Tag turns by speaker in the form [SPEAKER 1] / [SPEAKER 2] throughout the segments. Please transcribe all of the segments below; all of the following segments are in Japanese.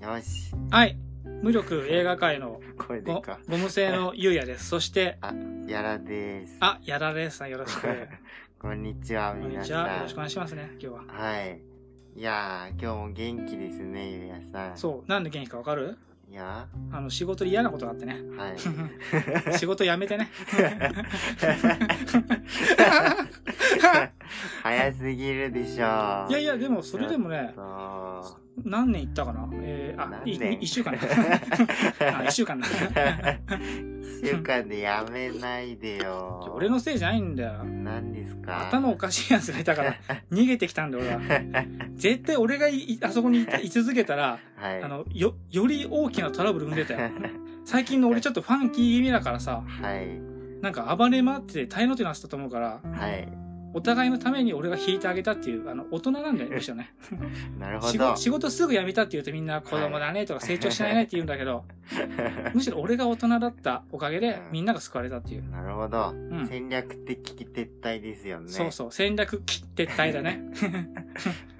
[SPEAKER 1] よし。
[SPEAKER 2] はい。無力映画界の
[SPEAKER 1] こ れで
[SPEAKER 2] ゴ
[SPEAKER 1] か。
[SPEAKER 2] ゴム製のゆうやです。そして、
[SPEAKER 1] やらです。
[SPEAKER 2] あ、やられさんよろ しく。
[SPEAKER 1] こんにちは、
[SPEAKER 2] こん
[SPEAKER 1] 皆
[SPEAKER 2] にち
[SPEAKER 1] さん。
[SPEAKER 2] は。よろしくお願いしますね、今日は。
[SPEAKER 1] はい。いやー、今日も元気ですね、ゆうやさん。
[SPEAKER 2] そう、なんで元気かわかる
[SPEAKER 1] いや
[SPEAKER 2] あの、仕事で嫌なことがあっ てね。
[SPEAKER 1] ー はい。
[SPEAKER 2] 仕事辞 めてね。
[SPEAKER 1] 早すぎるでしょ。
[SPEAKER 2] いやいや、でもそれでもね、
[SPEAKER 1] そう。
[SPEAKER 2] 何年行ったかなえー、あ、
[SPEAKER 1] 何年
[SPEAKER 2] い一 週間ね。 あ、一週間だ。
[SPEAKER 1] 一週間でやめないでよ。
[SPEAKER 2] 俺のせいじゃないんだよ。
[SPEAKER 1] 何ですか
[SPEAKER 2] 頭おかしいやつがい たから、逃げてきたんだ俺は。絶対俺がいいあそこにいた居続けたら、
[SPEAKER 1] はい。
[SPEAKER 2] あの、よ、より大きなトラブル生んでたよ。最近の俺ちょっとファンキー気味だからさ、
[SPEAKER 1] はい。
[SPEAKER 2] なんか暴れ回ってて大の手なしたと思うから、
[SPEAKER 1] はい。
[SPEAKER 2] お互いのために俺が引いてあげたっていう、あの、大人なんだよ、むしろね。
[SPEAKER 1] なるほ
[SPEAKER 2] 仕
[SPEAKER 1] ど
[SPEAKER 2] 事。仕事すぐ辞めたって言うとみんな子供だねとか成長しないねって言うんだけど、むしろ俺が大人だったおかげでみんなが救われたっていう。
[SPEAKER 1] なるほど。
[SPEAKER 2] ん
[SPEAKER 1] 戦略的撤退ですよね。
[SPEAKER 2] そうそう、戦略切って退 だね。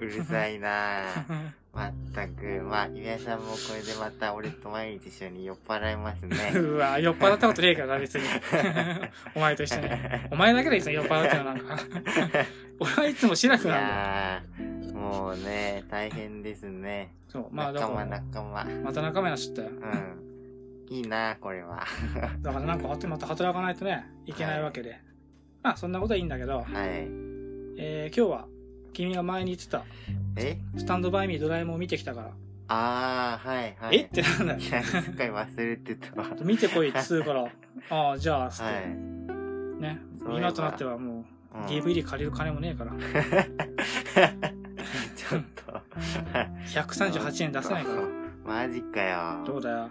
[SPEAKER 1] うるさいなぁ。まったく、まあ、ゆうやさんもこれでまた俺と毎日一緒に酔っ払います ね。
[SPEAKER 2] うわ、酔っ払ったことねえからな、別に。 お前と一緒に。お前だけでいつも酔っ払ってる の、なんか。俺はいつもシラ
[SPEAKER 1] い
[SPEAKER 2] フなんだよ。
[SPEAKER 1] やー、もうね、大変ですね。
[SPEAKER 2] そう、まあだか
[SPEAKER 1] 仲間
[SPEAKER 2] ら、
[SPEAKER 1] 仲間。う
[SPEAKER 2] また仲間になっちゃったよ。
[SPEAKER 1] ん。いいなぁ、これは。
[SPEAKER 2] だからなんか、また働かないとね、いけないわけで。まあ、そんなことはいいんだけど、
[SPEAKER 1] はい。
[SPEAKER 2] えー、今日は、君が前に言ってた、
[SPEAKER 1] え
[SPEAKER 2] スタンドバイミードラえもんを見てきたから、
[SPEAKER 1] あー、はい、はい。
[SPEAKER 2] えってなんだよ。
[SPEAKER 1] いや、すっかり忘れて たわ。は
[SPEAKER 2] 見てこいっつうから、 ああ、じゃあ、つって、
[SPEAKER 1] い。
[SPEAKER 2] ね。
[SPEAKER 1] そういえば
[SPEAKER 2] 今となってはも
[SPEAKER 1] う
[SPEAKER 2] う、
[SPEAKER 1] ん
[SPEAKER 2] DVD 借りる金もねえから、
[SPEAKER 1] ちょっと。
[SPEAKER 2] 138円出せないから。。
[SPEAKER 1] マジか
[SPEAKER 2] どう
[SPEAKER 1] よ。
[SPEAKER 2] だよ。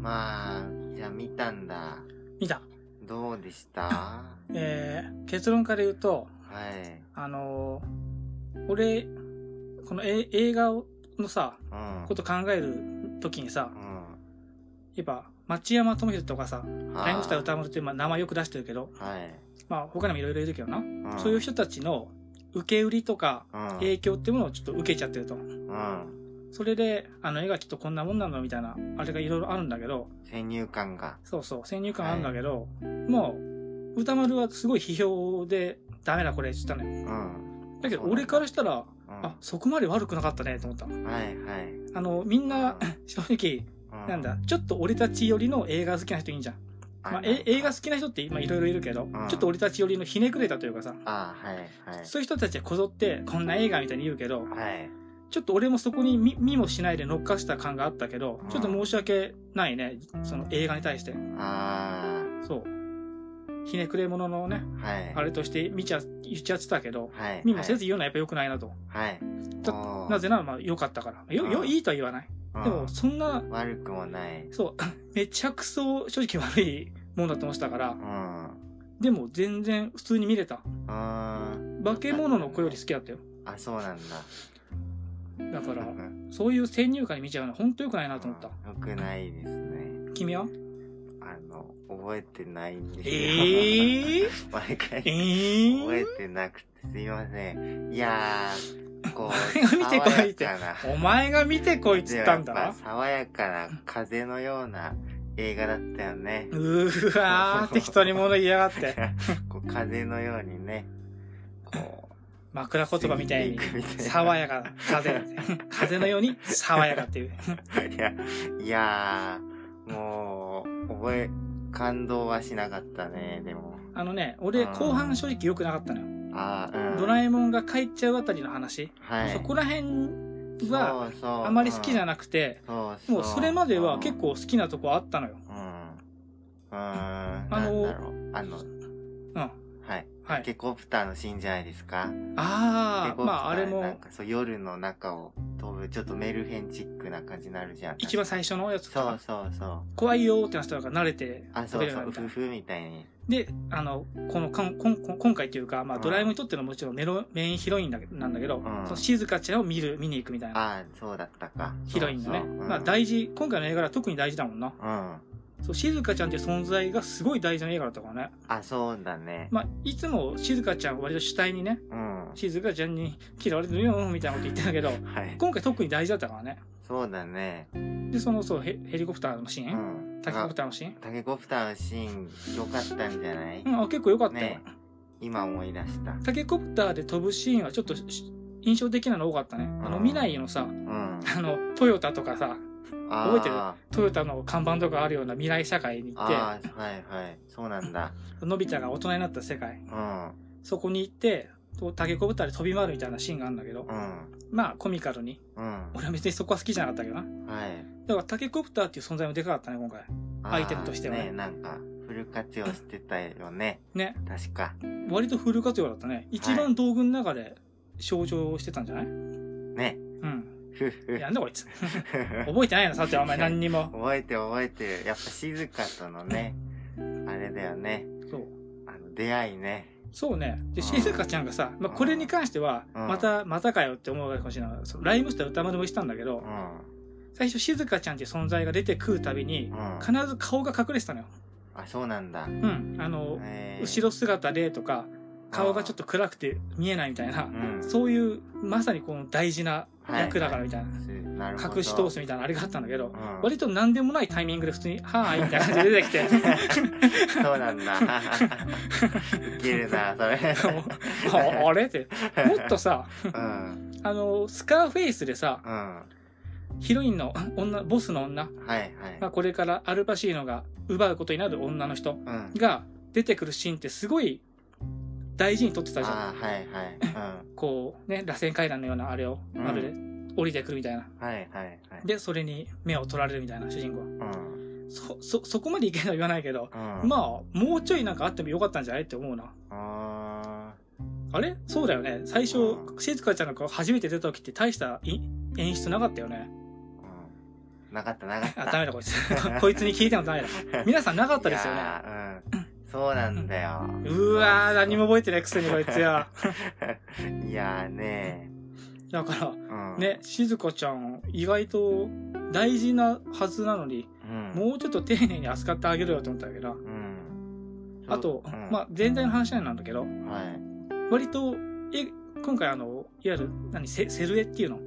[SPEAKER 1] まあ、じゃあ見たんだ。
[SPEAKER 2] 見た。
[SPEAKER 1] どうでしたは
[SPEAKER 2] えー、結論から言うと、
[SPEAKER 1] い。
[SPEAKER 2] あのー俺、このえ映画をのさ、
[SPEAKER 1] うん。
[SPEAKER 2] こと考える時にさ
[SPEAKER 1] う、ん。
[SPEAKER 2] やっぱ、町山智弘とかさ、
[SPEAKER 1] は
[SPEAKER 2] ライムスター歌丸ってまあ名前よく出してるけど、
[SPEAKER 1] はい。
[SPEAKER 2] まあ他にもいろいろいるけどな、
[SPEAKER 1] ん
[SPEAKER 2] そういう人たちの受け売りとか
[SPEAKER 1] うん。
[SPEAKER 2] 影響ってものをちょっと受けちゃってると。
[SPEAKER 1] うん。
[SPEAKER 2] それで、あの絵がきっとこんなもんなんだみたいな、あれがいろいろあるんだけど、
[SPEAKER 1] 先入観が。
[SPEAKER 2] そうそう、先入観あるんだけど、もう、歌丸はすごい批評で、ダメだこれって言ったの
[SPEAKER 1] う
[SPEAKER 2] よ。
[SPEAKER 1] ん。
[SPEAKER 2] だけど俺からしたら、
[SPEAKER 1] うん
[SPEAKER 2] あ、そこまで悪くなかったねと思った。
[SPEAKER 1] はいはい。
[SPEAKER 2] あの、みんな
[SPEAKER 1] う、
[SPEAKER 2] 正直、
[SPEAKER 1] う
[SPEAKER 2] なんだ、ちょっと俺たち寄りの映画好きな人いいんじゃん。まあ、え映画好きな人って今いろいろいるけど
[SPEAKER 1] ん、
[SPEAKER 2] ちょっと俺たち寄りのひねくれたというかさ、
[SPEAKER 1] あはいはい。
[SPEAKER 2] そういう人たちはこぞって、こんな映画みたいに言うけど、
[SPEAKER 1] はい。
[SPEAKER 2] ちょっと俺もそこに見見もしないで乗っかした感があったけど
[SPEAKER 1] うん、
[SPEAKER 2] ちょっと申し訳ないね、その映画に対して。
[SPEAKER 1] あ
[SPEAKER 2] そう。ひねくれ者のね、
[SPEAKER 1] ー、はい。
[SPEAKER 2] あれとして見ちゃ、言っちゃってたけど、
[SPEAKER 1] はい。
[SPEAKER 2] 見もせず言うのはやっぱ良くないなと。
[SPEAKER 1] はい。
[SPEAKER 2] だ
[SPEAKER 1] おー
[SPEAKER 2] なぜならまあ良かったから。よ、
[SPEAKER 1] う
[SPEAKER 2] よ、
[SPEAKER 1] ん
[SPEAKER 2] いいとは言わない。
[SPEAKER 1] うん
[SPEAKER 2] でも、そんな
[SPEAKER 1] 悪くもない。
[SPEAKER 2] そう、めちゃくそ正直悪いもんだと思ってたから
[SPEAKER 1] う、ん。
[SPEAKER 2] でも全然普通に見れた。
[SPEAKER 1] うん。
[SPEAKER 2] 化け物の子より好きだったよ。
[SPEAKER 1] あ、そうなんだ。
[SPEAKER 2] だから
[SPEAKER 1] う、ん
[SPEAKER 2] そういう先入観に見ちゃうのほんと良くないなと思った。
[SPEAKER 1] よくないですね。
[SPEAKER 2] 君は
[SPEAKER 1] あの、覚えてないんですよ。
[SPEAKER 2] ええ
[SPEAKER 1] 毎回、
[SPEAKER 2] え
[SPEAKER 1] 覚え
[SPEAKER 2] え
[SPEAKER 1] てなくてすいません。いやー、こう、
[SPEAKER 2] お前 が見てこいって
[SPEAKER 1] 爽やかな
[SPEAKER 2] お前が見てこいっつ
[SPEAKER 1] で
[SPEAKER 2] っ
[SPEAKER 1] も
[SPEAKER 2] た
[SPEAKER 1] や
[SPEAKER 2] ん
[SPEAKER 1] っ
[SPEAKER 2] だ
[SPEAKER 1] ぱ
[SPEAKER 2] な。
[SPEAKER 1] 爽やかな風のような映画だったよね。
[SPEAKER 2] うーわー、適当に物言いやが って。
[SPEAKER 1] こう風のようにね、こ
[SPEAKER 2] 枕言葉みたいに
[SPEAKER 1] 過ぎていくみたい。な
[SPEAKER 2] 爽やかな風。 風のように爽やかっていう。
[SPEAKER 1] う、いや、いやー、もう、覚え、感動はしなかったね、でも。
[SPEAKER 2] あのね、俺、後半正直良くなかったのよ。
[SPEAKER 1] あー、うん。
[SPEAKER 2] ドラえもんが帰っちゃうあたりの話。
[SPEAKER 1] はい。
[SPEAKER 2] そこら辺は、
[SPEAKER 1] そうそう
[SPEAKER 2] あまり好きじゃ
[SPEAKER 1] な
[SPEAKER 2] なくて、
[SPEAKER 1] そうそう
[SPEAKER 2] もうそれまでは結構好きなとこあったのよ。
[SPEAKER 1] うん。うん。あ
[SPEAKER 2] の
[SPEAKER 1] あの、
[SPEAKER 2] うん。
[SPEAKER 1] はい。
[SPEAKER 2] はい。
[SPEAKER 1] テコプターのシーンじゃないですか。テ
[SPEAKER 2] あ
[SPEAKER 1] コプ
[SPEAKER 2] あ、ま
[SPEAKER 1] タ
[SPEAKER 2] ああれ
[SPEAKER 1] ーでなん
[SPEAKER 2] も、
[SPEAKER 1] かそう夜の中を飛ぶ、ちょっとメルヘンチックな感じになるじゃん。
[SPEAKER 2] 一番最初のやつ
[SPEAKER 1] そう
[SPEAKER 2] か。
[SPEAKER 1] そうそう。
[SPEAKER 2] 怖いよーってな人が慣れて
[SPEAKER 1] あ、そ
[SPEAKER 2] 食べ
[SPEAKER 1] う
[SPEAKER 2] るよ
[SPEAKER 1] そうう、
[SPEAKER 2] になみたい
[SPEAKER 1] ふ
[SPEAKER 2] な。
[SPEAKER 1] ふみたいに。
[SPEAKER 2] で、あの、この、こんこんこん今回っていうか、まあ
[SPEAKER 1] うん
[SPEAKER 2] ドラえもんにとってのもちろんメロメインヒロインだけなんだけど、
[SPEAKER 1] ん
[SPEAKER 2] その静香ちゃんを見る、見に行くみたいな。
[SPEAKER 1] ああ、そうだったか。
[SPEAKER 2] ヒロインのね。
[SPEAKER 1] そうそううん
[SPEAKER 2] まあ大事、今回の映画は特に大事だもんな。
[SPEAKER 1] うん。
[SPEAKER 2] そう、静香ちゃんっていう存在がすごい大事な映画だったからね。
[SPEAKER 1] あ、そうだね。
[SPEAKER 2] まあ、いつも静香ちゃんは割と主体にね、
[SPEAKER 1] うん。は
[SPEAKER 2] 静香ちゃんに嫌われてるよーみたいなこと言ってたけど、
[SPEAKER 1] い。
[SPEAKER 2] 今回特に大事だったからね。
[SPEAKER 1] そうだね。
[SPEAKER 2] で、その、そう、ヘヘリコプターのシ
[SPEAKER 1] う
[SPEAKER 2] ーン、
[SPEAKER 1] ん。
[SPEAKER 2] タケコプターのシーン、
[SPEAKER 1] タケコプターのシーン、良かったんじゃない
[SPEAKER 2] うん、あ結構良かったよ。
[SPEAKER 1] ね今思い出した。
[SPEAKER 2] タケコプターで飛ぶシーンはちょっとし印象的なの多かったね。あの、
[SPEAKER 1] うん
[SPEAKER 2] 未来のさ、
[SPEAKER 1] うん。
[SPEAKER 2] あの、トヨタとかさ、覚えてる
[SPEAKER 1] あ
[SPEAKER 2] トヨタの看板とかあるような未来社会に
[SPEAKER 1] ー
[SPEAKER 2] 行っ
[SPEAKER 1] あー、はいはい。そうなんだ。
[SPEAKER 2] て、のび太が大人になった世界、
[SPEAKER 1] うん。
[SPEAKER 2] そこに行って、とタケコプターで飛び回るみたいなシーンがあるんだけど
[SPEAKER 1] う、ん。
[SPEAKER 2] まあコミカルに。
[SPEAKER 1] うん。
[SPEAKER 2] 俺は別にそこは好きじゃなかったけどな。
[SPEAKER 1] はい。
[SPEAKER 2] だからタケコプターっていう存在もでかかったね、今回。
[SPEAKER 1] あー
[SPEAKER 2] アイテムとしてはね
[SPEAKER 1] ね。なんか、フル活用してたよね。
[SPEAKER 2] ね。
[SPEAKER 1] 確か。
[SPEAKER 2] 割とフル活用だったね。一番道具の中で象徴してたんじゃない、
[SPEAKER 1] ね。
[SPEAKER 2] うん。
[SPEAKER 1] ふふ。
[SPEAKER 2] やんだこいつ。覚えてないな、さて、お前何 にも。
[SPEAKER 1] 覚えてる覚えてる。やっぱ静香とのね、あれだよね。
[SPEAKER 2] そう。
[SPEAKER 1] あの、出会いね。
[SPEAKER 2] そうね。で、
[SPEAKER 1] うん
[SPEAKER 2] しずかちゃんがさ、まあ、これに関しては、
[SPEAKER 1] うん
[SPEAKER 2] また、またかよって思うかもしれない。そのライムスター歌丸もしたんだけ
[SPEAKER 1] う
[SPEAKER 2] ど、
[SPEAKER 1] ん。
[SPEAKER 2] 最初、しずかちゃんっていう存在が出てくるたびに
[SPEAKER 1] う、ん。
[SPEAKER 2] 必ず顔が隠れてたのよ。
[SPEAKER 1] あ、そうなんだ。
[SPEAKER 2] うん。あの、
[SPEAKER 1] えー
[SPEAKER 2] 後ろ姿でとか、顔がちょっと暗くて見えないみたいな
[SPEAKER 1] う、ん。
[SPEAKER 2] そういう、まさにこの大事な役だからみたいな、
[SPEAKER 1] なるほど。
[SPEAKER 2] 隠し通すみたいなあれがあったんだけど、
[SPEAKER 1] うん。
[SPEAKER 2] 割と何でもないタイミングで普通に、はーいみたいな感じで出てきて、
[SPEAKER 1] そうなんだ。ウケるな、それ。
[SPEAKER 2] ああれって、もっとさ、
[SPEAKER 1] うん。
[SPEAKER 2] あの、スカーフェイスでさ、
[SPEAKER 1] うん。は
[SPEAKER 2] ヒロインの 女、ボスの女、
[SPEAKER 1] いはい。
[SPEAKER 2] まあ、これからアルパシーノが奪うことになる女の人
[SPEAKER 1] うん。
[SPEAKER 2] が出てくるシーンってすごい大事に撮ってたじゃん。
[SPEAKER 1] あーはいはい。
[SPEAKER 2] こうね、螺旋階段のようなあれを、
[SPEAKER 1] うん
[SPEAKER 2] まるで降りてくるみたいな。
[SPEAKER 1] うん。はいはいはい。
[SPEAKER 2] で、それに目を取られるみたいな主人公。
[SPEAKER 1] うん。
[SPEAKER 2] そ、そ、そこまでいけないは言わないけど、
[SPEAKER 1] うん。あ。
[SPEAKER 2] まあ、もうちょいなんかあってもよかったんじゃないって思うな。
[SPEAKER 1] あ
[SPEAKER 2] あれそうだよね。最初
[SPEAKER 1] う、
[SPEAKER 2] 静香ちゃんの顔初めて出た時って大したい演出なかったよね。
[SPEAKER 1] ーうん。なかったなかっ
[SPEAKER 2] あ、
[SPEAKER 1] た。
[SPEAKER 2] ダメ だこいつ。こいつに聞いてもダメだ。皆さんなかったですよ
[SPEAKER 1] い
[SPEAKER 2] ね。
[SPEAKER 1] やーうん。そうなんだよ。
[SPEAKER 2] うわー、何も覚えてないくせにこいつや。
[SPEAKER 1] いやーね
[SPEAKER 2] だか
[SPEAKER 1] うん
[SPEAKER 2] ら、。ね、静香ちゃん、意外と大事なはずなのに、
[SPEAKER 1] うん。
[SPEAKER 2] もうちょっと丁寧に扱ってあげろよと思ったんだけど、
[SPEAKER 1] うん。
[SPEAKER 2] あと、
[SPEAKER 1] うん
[SPEAKER 2] まあ、全体の話なんだけど、
[SPEAKER 1] はい。
[SPEAKER 2] 割と、え、今回あの、いわゆる、何、セセルエっていうの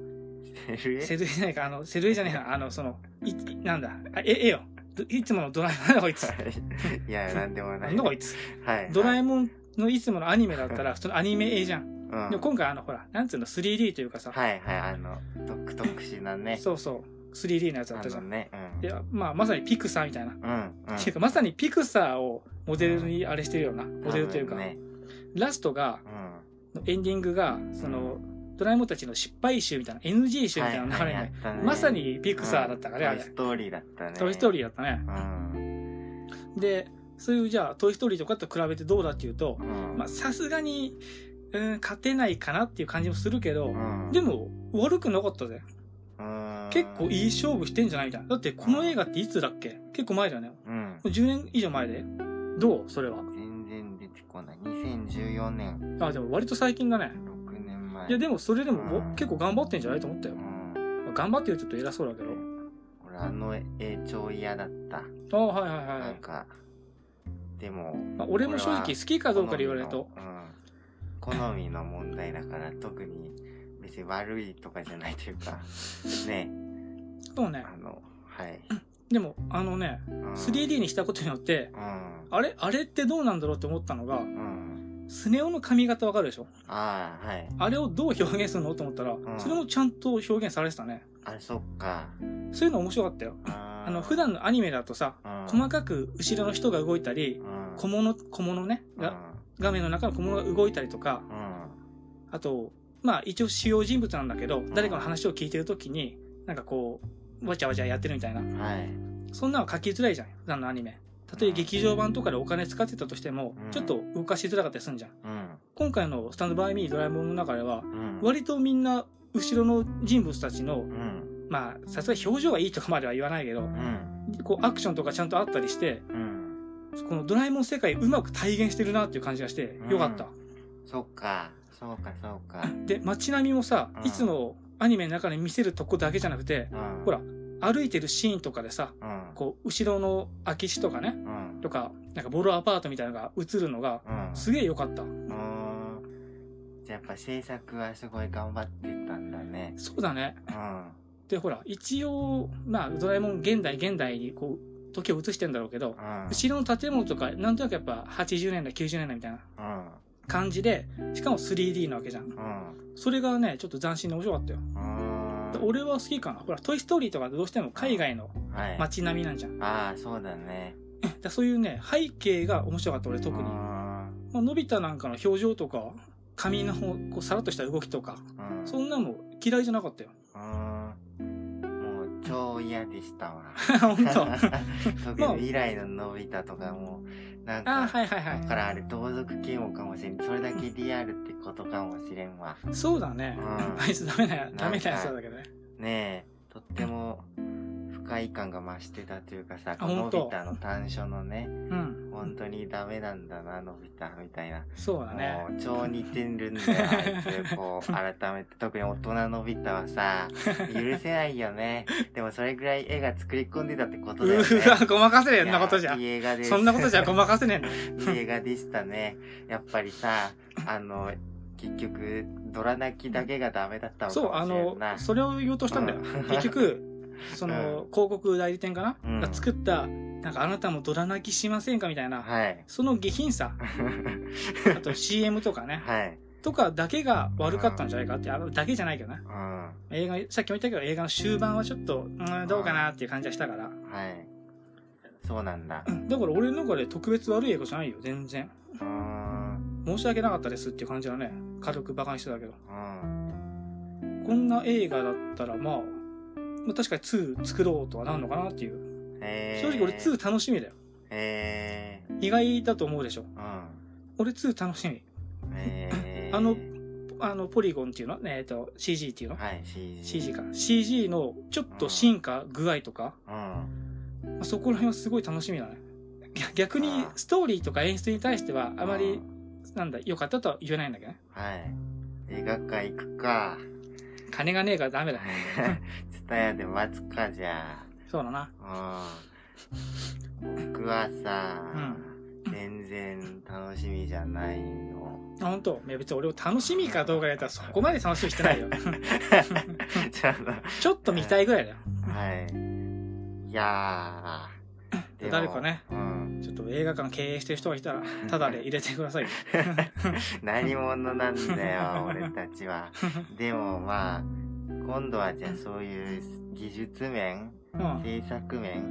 [SPEAKER 2] セルエじゃないか、あの、セルエじゃないか、あの、その、い、いなんだ、あえ、えよ。どいつものドラえもんだこいつ。
[SPEAKER 1] いや、なんでもな。
[SPEAKER 2] ないんだこいつ。
[SPEAKER 1] はい。
[SPEAKER 2] ドラえ
[SPEAKER 1] も
[SPEAKER 2] もんのいつものアニメだったら、普通のアニメ絵じゃん。
[SPEAKER 1] ん。うん
[SPEAKER 2] でも今回あの、ほら、なんつうの、3D というかさ、
[SPEAKER 1] はいはい、あの、独特殊なね。
[SPEAKER 2] そうそう、3D のやつだっ
[SPEAKER 1] あ
[SPEAKER 2] たじゃ
[SPEAKER 1] の
[SPEAKER 2] ん。
[SPEAKER 1] ね。うん。
[SPEAKER 2] で、まあ、まさにピクサーみたいな。
[SPEAKER 1] うん。うん。
[SPEAKER 2] っていうか、まさにピクサーをモデルにあれしてるような、モデルという
[SPEAKER 1] 多
[SPEAKER 2] か、
[SPEAKER 1] 分ね
[SPEAKER 2] ラストが、
[SPEAKER 1] うん。
[SPEAKER 2] エンディングが、その、ドラえもんたちの失敗集みたいな、NG 集みたいな流れに、まさにピ
[SPEAKER 1] ピ
[SPEAKER 2] クサーだったから
[SPEAKER 1] トイ
[SPEAKER 2] ね、
[SPEAKER 1] ストーリーだった
[SPEAKER 2] あ
[SPEAKER 1] ね。
[SPEAKER 2] れ。トイ・ストー
[SPEAKER 1] リ
[SPEAKER 2] リーだったね。
[SPEAKER 1] ー。
[SPEAKER 2] で、そういう、じゃあ、トイ・ストーリーとかと比べてどうだっていうと
[SPEAKER 1] う、ん。
[SPEAKER 2] まあ、さすがに、うん、勝てないかなっていう感じもするけど、
[SPEAKER 1] うん
[SPEAKER 2] で、も、悪くなかったぜ。
[SPEAKER 1] うん
[SPEAKER 2] 結構、いい勝負してんじゃないみたいな。だって、この映画っていつだっけ結構前だよね。
[SPEAKER 1] うん。
[SPEAKER 2] 10年以上前で。どうそれは。
[SPEAKER 1] 全然出てこない。2014年、
[SPEAKER 2] あ、でも割と最近だね。
[SPEAKER 1] 6年前。
[SPEAKER 2] いや、でもそれでも
[SPEAKER 1] うん
[SPEAKER 2] お結構頑張ってんじゃないと思ったよ
[SPEAKER 1] う。ん。
[SPEAKER 2] まあ頑張ってるちょっと偉そうだけ
[SPEAKER 1] 俺、あの絵超嫌だった。
[SPEAKER 2] ど。あはいはいはいは
[SPEAKER 1] なん
[SPEAKER 2] い。
[SPEAKER 1] か、でも、
[SPEAKER 2] まあ、俺も正直好きかどうかで言われると。
[SPEAKER 1] 好みのうん、好みの問題だから特に別に悪いとかじゃないという かね
[SPEAKER 2] そうね。
[SPEAKER 1] あのはい、
[SPEAKER 2] でも、あのね、
[SPEAKER 1] うん、
[SPEAKER 2] 3D にしたことによって、
[SPEAKER 1] うん
[SPEAKER 2] あれあれってどうなんだろうって思ったのが、
[SPEAKER 1] うん
[SPEAKER 2] スネ夫の髪型わかるでしょ
[SPEAKER 1] ああはい
[SPEAKER 2] あれをどう表現するのと思ったら、
[SPEAKER 1] ん
[SPEAKER 2] それもちゃんと表現されてたね。
[SPEAKER 1] あそっか
[SPEAKER 2] そういうの面白かったよ。
[SPEAKER 1] あ
[SPEAKER 2] あの、普段のアニメだとさ、細かく後ろの人が動いたり、
[SPEAKER 1] うん
[SPEAKER 2] 小物、小物ね、が画面の中の小物が動いたりとか、
[SPEAKER 1] うんうん
[SPEAKER 2] あと、まあ一応主要人物なんだけど、誰かの話を聞いてるときに、なんかこう、わちゃわちゃやってるみたいな。
[SPEAKER 1] はい
[SPEAKER 2] そんなの書きづらいじゃん、普段のアニメ。たとえ劇場版とかでお金使ってたとしても
[SPEAKER 1] うん、
[SPEAKER 2] ちょっと動かしづらかったりすんじゃん。
[SPEAKER 1] うん
[SPEAKER 2] 今回のスタンドバイミードラえもんの中では、
[SPEAKER 1] うん
[SPEAKER 2] 割とみんな、後ろの人物たちの
[SPEAKER 1] う、ん
[SPEAKER 2] まあ、さすがに表情がいいとかまでは言わないけど
[SPEAKER 1] う、ん
[SPEAKER 2] こう、アクションとかちゃんとあったりして、
[SPEAKER 1] うん
[SPEAKER 2] このドラえもん世界うまく体現してるなっていう感じがして、よかった。
[SPEAKER 1] そっかそうかそうか
[SPEAKER 2] で、街並みもさ
[SPEAKER 1] う、ん
[SPEAKER 2] いつもアニメの中で見せるとこだけじゃなくて、
[SPEAKER 1] うん
[SPEAKER 2] ほら、歩いてるシーンとかでさ、
[SPEAKER 1] うん
[SPEAKER 2] こう、後ろの空き地とかね、
[SPEAKER 1] うん
[SPEAKER 2] とか、なんかボロアパートみたいなのが映るのが、
[SPEAKER 1] うん
[SPEAKER 2] すげえ良かった。
[SPEAKER 1] うんじゃあやっぱ制作はすごい頑張ってたんだね
[SPEAKER 2] そうだね。
[SPEAKER 1] うん
[SPEAKER 2] で、ほら、一応、まあ、ドラえもん現代、現代にこう、時を移してんだろうけど、
[SPEAKER 1] うん。
[SPEAKER 2] 後ろの建物とか、なんとなくやっぱ80年代、90年代みたいな
[SPEAKER 1] うん。
[SPEAKER 2] 感じで、しかも 3D なわけじゃん。
[SPEAKER 1] うん。
[SPEAKER 2] それがね、ちょっと斬新で面白かったよ。
[SPEAKER 1] うん。
[SPEAKER 2] 俺は好きかな。ほら、トイストーリーとかどうしても海外の
[SPEAKER 1] はい。
[SPEAKER 2] 街並みなんじゃん。だ
[SPEAKER 1] ああ、そうだね。
[SPEAKER 2] からそういうね、背景が面白かった、俺特に。
[SPEAKER 1] う
[SPEAKER 2] ま
[SPEAKER 1] ん。
[SPEAKER 2] あのび太なんかの表情とか、髪のこうさらっとした動きとか、
[SPEAKER 1] うん
[SPEAKER 2] そんなのも嫌いじゃなかったよ。
[SPEAKER 1] うんもう超嫌でしたわ。
[SPEAKER 2] 本当。
[SPEAKER 1] 特に未来ののび太とかも、なん
[SPEAKER 2] ああ、
[SPEAKER 1] か、
[SPEAKER 2] はいはいは
[SPEAKER 1] だからあれ盗賊嫌悪かもしれん。それだけリアルってことかもしれんわ。
[SPEAKER 2] い。そうだね。
[SPEAKER 1] うん
[SPEAKER 2] あいつダメなや、ダメなやつだけどね。
[SPEAKER 1] ねえ、とっても不快感が増してたというかさ、
[SPEAKER 2] あ
[SPEAKER 1] この
[SPEAKER 2] ほ
[SPEAKER 1] の
[SPEAKER 2] んと
[SPEAKER 1] び太の短所のね、
[SPEAKER 2] うん。
[SPEAKER 1] 本当にダメなんだな、のび太みたいな。
[SPEAKER 2] そうだね
[SPEAKER 1] も。う超似てるんだよ、あいつ。こ う、改めて。特に大人のび太はさ、許せないよね。でもそれぐらい絵が作り込んでたってことだよね。
[SPEAKER 2] うわ、ごまかせねえ、
[SPEAKER 1] い
[SPEAKER 2] そん
[SPEAKER 1] や
[SPEAKER 2] なことじゃ
[SPEAKER 1] いい。映画です。
[SPEAKER 2] そん なことじゃごまかせね
[SPEAKER 1] いい映画でしたね。やっぱりさ、あの、結局、ドラ泣きだけがダメだった
[SPEAKER 2] え
[SPEAKER 1] の
[SPEAKER 2] ん。そう、
[SPEAKER 1] かも
[SPEAKER 2] あ
[SPEAKER 1] しれ
[SPEAKER 2] の
[SPEAKER 1] んな。、
[SPEAKER 2] それを言おうとしたんだよ
[SPEAKER 1] うん。
[SPEAKER 2] 結局、その、広告代理店か
[SPEAKER 1] う
[SPEAKER 2] なが
[SPEAKER 1] ん
[SPEAKER 2] 作った、なんかあなたもドラ泣きしませんかみたいな、
[SPEAKER 1] はい。
[SPEAKER 2] その下品さ、あと CM とかね、
[SPEAKER 1] はい。
[SPEAKER 2] とかだけが悪かったんじゃないかって、あだけじゃないけどね。
[SPEAKER 1] うん。は
[SPEAKER 2] 映画、さっきも言ったけど映画の終盤はちょっと、うん、どうかなっていう感じはしたから。
[SPEAKER 1] い。そうなんだ
[SPEAKER 2] う。んだから俺の中で特別悪い映画じゃないよ、全然。
[SPEAKER 1] うーん。
[SPEAKER 2] 申し訳なかったですっていう感じだね。軽く馬鹿にしてたけど。
[SPEAKER 1] うん。
[SPEAKER 2] こんな映画だったら、まあ、まあ確かに2作ろうとはなるのかなっていう。
[SPEAKER 1] え
[SPEAKER 2] 正直俺2楽しみだよ。
[SPEAKER 1] えー。
[SPEAKER 2] 意外だと思うでしょ。
[SPEAKER 1] うん。
[SPEAKER 2] 俺2楽しみ。
[SPEAKER 1] えー。
[SPEAKER 2] あのあの、ポリゴンっていうのえっ、と、CG っていうの、
[SPEAKER 1] はい、CG。
[SPEAKER 2] ?CG か。CG のちょっと進化、具合とか、
[SPEAKER 1] うん。
[SPEAKER 2] まあそこら辺はすごい楽しみだ ね。逆逆にストーリーとか演出に対してはあま
[SPEAKER 1] う
[SPEAKER 2] り
[SPEAKER 1] ん、
[SPEAKER 2] なんだ、良かったとは言えないんだけどね。
[SPEAKER 1] はい。映画館行くか。
[SPEAKER 2] 金がねえからダメだ。
[SPEAKER 1] ツタヤで待つかじゃ
[SPEAKER 2] そうだな。
[SPEAKER 1] あ。うん。僕はさ、
[SPEAKER 2] うん
[SPEAKER 1] 全然楽しみじゃない よ。
[SPEAKER 2] あ本当いや別に俺を楽しみかどうかで言ったらそこまで楽しみしてないよ。
[SPEAKER 1] ちょっと、
[SPEAKER 2] ちょっと見たいぐらいだよ。
[SPEAKER 1] はい。いやー。でも
[SPEAKER 2] 誰かね。
[SPEAKER 1] うん。
[SPEAKER 2] ちょっと映画館経営してる人がいたら、ただで入れてください よ。
[SPEAKER 1] 何者なんだ よ、俺たちは。でもまあ、今度はじゃあそういう技術面、
[SPEAKER 2] うん。
[SPEAKER 1] 制作面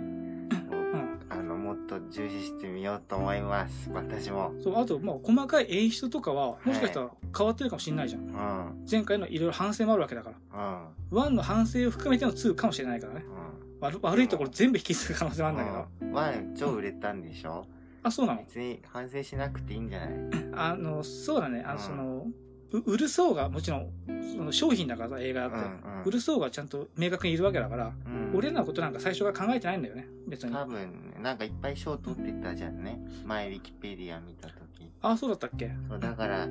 [SPEAKER 1] を、
[SPEAKER 2] うん。
[SPEAKER 1] あの、もっと重視してみようと思います。私も。
[SPEAKER 2] そう、あと、まあ、細かい演出とかは、もしかしたら変わってるかもしれないじゃん。
[SPEAKER 1] うん。
[SPEAKER 2] 前回のいろいろ反省もあるわけだから。
[SPEAKER 1] うん。
[SPEAKER 2] 1の反省を含めての2かもしれないからね。
[SPEAKER 1] う
[SPEAKER 2] 悪悪いところ全部引き継ぐ可能性もあ
[SPEAKER 1] ん。
[SPEAKER 2] るんだけど。
[SPEAKER 1] うん。ワン超売れたんでしょ
[SPEAKER 2] あ、そうなの
[SPEAKER 1] 別に反省しなくていいんじゃない
[SPEAKER 2] あの、そうだね。
[SPEAKER 1] う
[SPEAKER 2] あの、
[SPEAKER 1] ん
[SPEAKER 2] その、う売る層がもちろん、その商品だからさ映画だって。
[SPEAKER 1] うんうん
[SPEAKER 2] 売る層がちゃんと明確にいるわけだから、
[SPEAKER 1] うん。
[SPEAKER 2] 俺らのことなんか最初から考えてないんだよね。別に。
[SPEAKER 1] 多分、なんかいっぱい賞取ってたじゃんね。前、ウィキペディア見たとき。
[SPEAKER 2] あ、そうだったっけ
[SPEAKER 1] そう、だから、わ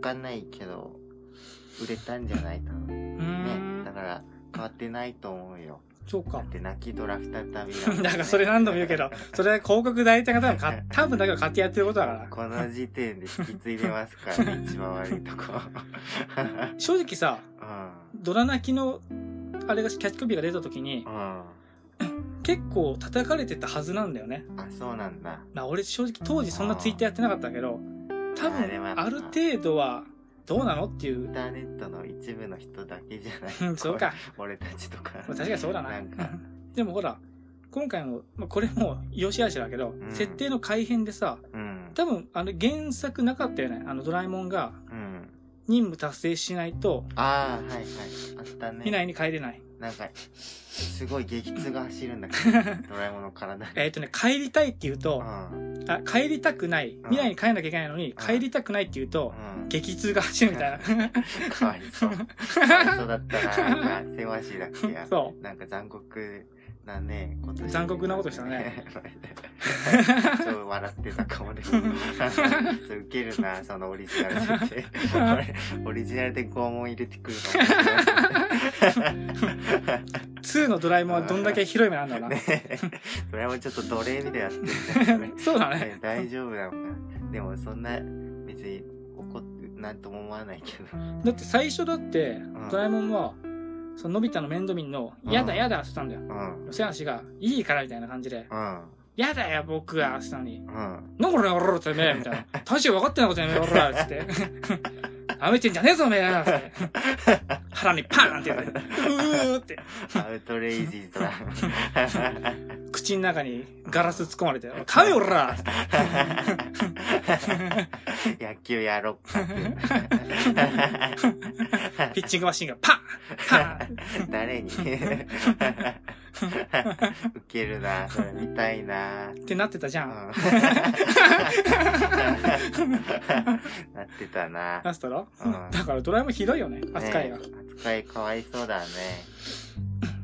[SPEAKER 1] かんないけど、売れたんじゃない多分。
[SPEAKER 2] うー
[SPEAKER 1] ね。
[SPEAKER 2] ん
[SPEAKER 1] だ。から、変わってないと思うよ。
[SPEAKER 2] そう
[SPEAKER 1] だ
[SPEAKER 2] か
[SPEAKER 1] っ。て、泣きドラ再びだもんね、
[SPEAKER 2] だからそれ何度も言うけど、それは広告代理店が多分買っ、多分だけど買ってやってることだから。
[SPEAKER 1] この時点で引き継いでますから ね、一番悪いとこ。
[SPEAKER 2] 正直さ、
[SPEAKER 1] うん。
[SPEAKER 2] ドラ泣きの、あれが、キャッチコピーが出た時に
[SPEAKER 1] う、ん。あ、
[SPEAKER 2] 結構叩かれてたはずなんだよね。
[SPEAKER 1] そうなんだ。
[SPEAKER 2] まあ俺正直当時そんなツイッターやってなかったけど、多
[SPEAKER 1] あでもやっぱ
[SPEAKER 2] 分ある程度はどうなのってい
[SPEAKER 1] イン
[SPEAKER 2] う。
[SPEAKER 1] ターネットの一部の人だけじゃない。
[SPEAKER 2] うんそうか。
[SPEAKER 1] 俺たちとか。
[SPEAKER 2] まあ確かにそうだな。
[SPEAKER 1] んか、
[SPEAKER 2] でもほら、今回も、まあこれも良し悪しだけど、
[SPEAKER 1] ん
[SPEAKER 2] 設定の改変でさ、
[SPEAKER 1] うん。
[SPEAKER 2] 多分あの原作なかったよね。あのドラえもんが
[SPEAKER 1] うん。
[SPEAKER 2] 任務達成しないと、
[SPEAKER 1] ああ、はいはい。あったね。
[SPEAKER 2] 未来に帰れない。
[SPEAKER 1] なんか、すごい激痛が走るんだ けど、ドラえもんの体に。
[SPEAKER 2] えっ、とね、帰りたいって言う
[SPEAKER 1] う
[SPEAKER 2] と、
[SPEAKER 1] ん。
[SPEAKER 2] あ、帰りたくない。未来に帰んなきゃいけないのに、
[SPEAKER 1] うん
[SPEAKER 2] 帰りたくないって言うと、
[SPEAKER 1] うん。
[SPEAKER 2] 激痛が走るみたいな。
[SPEAKER 1] かわいそう。かわいそうだったな。なんか、せわしだっけや。
[SPEAKER 2] そう。
[SPEAKER 1] なんか残酷なね、ことして
[SPEAKER 2] 残酷なことし たね。
[SPEAKER 1] 超笑ってたかもね。そうウケるな、そのオリジナル設 定。俺オリジナルで拷問入れてくるか
[SPEAKER 2] 2のドラえもんはどんだけ広い目なんだろ
[SPEAKER 1] も。
[SPEAKER 2] うな。
[SPEAKER 1] ねえ。それもちょっと奴隷みたいになってるからね
[SPEAKER 2] そうだね
[SPEAKER 1] ね。大丈夫なのかな。でもそんな、別に怒って、なんとも思わないけど。
[SPEAKER 2] だって最初だって、ドラえもんは、そののび太の面倒見んの、
[SPEAKER 1] うん
[SPEAKER 2] やだやだって言ったんだよ。
[SPEAKER 1] うん。
[SPEAKER 2] せやしが、いいからみたいな感じで、
[SPEAKER 1] うん。
[SPEAKER 2] やだよ僕はって言ったのに、
[SPEAKER 1] うん。
[SPEAKER 2] なんかね、おろろてめえみたいな。大将分かってないことやめろ、おらっつって。舐めてんじゃねえぞ、おめえつって。腹にパーンってやられて、うーって、
[SPEAKER 1] アウトレイジーズだ。
[SPEAKER 2] 口の中にガラス突っ込まれて、噛めおらって。
[SPEAKER 1] 野球やろっかって。
[SPEAKER 2] ピッチングマシンがパーンパーン
[SPEAKER 1] 誰に 受けるなそれ見たいなうん
[SPEAKER 2] ってなってたじゃん。
[SPEAKER 1] なってたな
[SPEAKER 2] なってたろ、
[SPEAKER 1] うん
[SPEAKER 2] だからドラえもんひどいよね、扱いが。
[SPEAKER 1] ねえ扱いかわいそうだね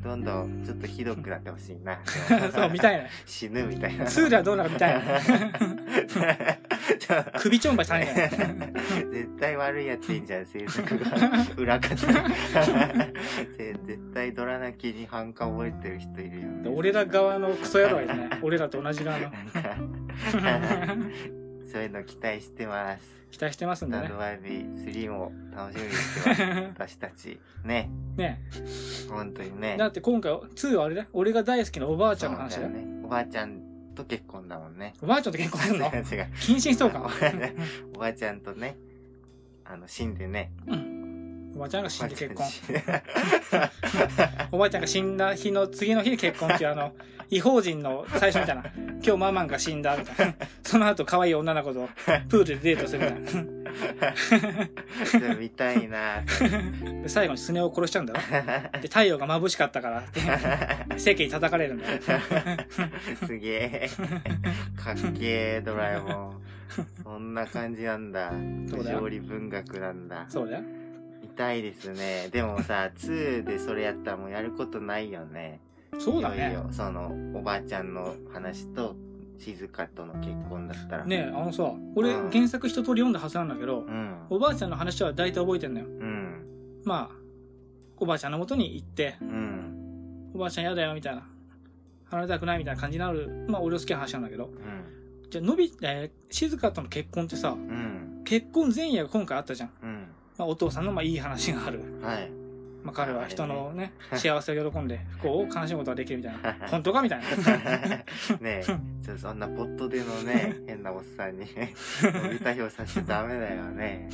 [SPEAKER 1] どんどんちょっとひどくなってほしいな
[SPEAKER 2] そう、みたい
[SPEAKER 1] 死ぬみたいな
[SPEAKER 2] な。スーではどうなるかみたい な。
[SPEAKER 1] ちょ
[SPEAKER 2] 首ちょんばいさんやな。
[SPEAKER 1] 絶対悪いやついんじゃん、制作 が。裏方。ぜ絶対ドラ泣きに反感覚えてる人いるよね。
[SPEAKER 2] 俺ら側のクソ野郎やね。俺らと同じ側 の。
[SPEAKER 1] なんか、そういうの期待してます。
[SPEAKER 2] 期待してますんで
[SPEAKER 1] ダ
[SPEAKER 2] ね
[SPEAKER 1] ド。ワイビー3も楽しみにして ます。私たち。ね。
[SPEAKER 2] ね
[SPEAKER 1] 本当にね。
[SPEAKER 2] だって今回2はあれだ俺が大好きなおばあちゃんの話
[SPEAKER 1] そう
[SPEAKER 2] だ
[SPEAKER 1] だよ
[SPEAKER 2] よ
[SPEAKER 1] ね。おばあちゃんと結婚だもんね。
[SPEAKER 2] おばあちゃんと結婚す
[SPEAKER 1] 違う
[SPEAKER 2] るの
[SPEAKER 1] 違う。
[SPEAKER 2] 謹慎しそうか
[SPEAKER 1] おばあちゃんとね、あの、死んでね。
[SPEAKER 2] おばあちゃんが死んで 結婚
[SPEAKER 1] おばあちゃん死んで
[SPEAKER 2] おばあちゃんが死んだ日の次の日に結婚っていうあの違法人の最初みたいな今日ママンが死んだみたいなその後可愛い女の子とプールでデートするみたい
[SPEAKER 1] そ れ見たいなそれ
[SPEAKER 2] なで最後にスネ夫を殺しちゃうんだろで太陽が眩しかったからって世間に叩かれるんだよ
[SPEAKER 1] すげえかっけえドラえもんそんな感じなんだ
[SPEAKER 2] そうだよ
[SPEAKER 1] 料理文学なんだ
[SPEAKER 2] そうだよ
[SPEAKER 1] 見たいですねでもさ2でそれやったらもうやることないよね
[SPEAKER 2] そうだね
[SPEAKER 1] いよいよそのおばあちゃんの話と静香との結婚だったら
[SPEAKER 2] ねえあのさ俺
[SPEAKER 1] うん
[SPEAKER 2] 原作一通り読んだはずなんだけど
[SPEAKER 1] うん
[SPEAKER 2] おばあちゃんの話は大体覚えてんのよ
[SPEAKER 1] うん
[SPEAKER 2] まあおばあちゃんの元に行って
[SPEAKER 1] うん
[SPEAKER 2] おばあちゃん嫌だよみたいな離れたくないみたいな感じになるまあ俺の好きな話なんだけど
[SPEAKER 1] うん
[SPEAKER 2] じゃあのび、えー静香との結婚ってさ
[SPEAKER 1] うん
[SPEAKER 2] 結婚前夜が今回あったじゃん、
[SPEAKER 1] うん
[SPEAKER 2] まあ、お父さんのまあいい話がある、
[SPEAKER 1] はい
[SPEAKER 2] まあ、彼は人のね
[SPEAKER 1] あれね
[SPEAKER 2] 幸せを喜んで不幸を悲しむことができるみたいな本当かみたい な
[SPEAKER 1] ねえ、ちょそんなポットでのね、変なおっさ んに、伸びたひをさせちゃダメだよね。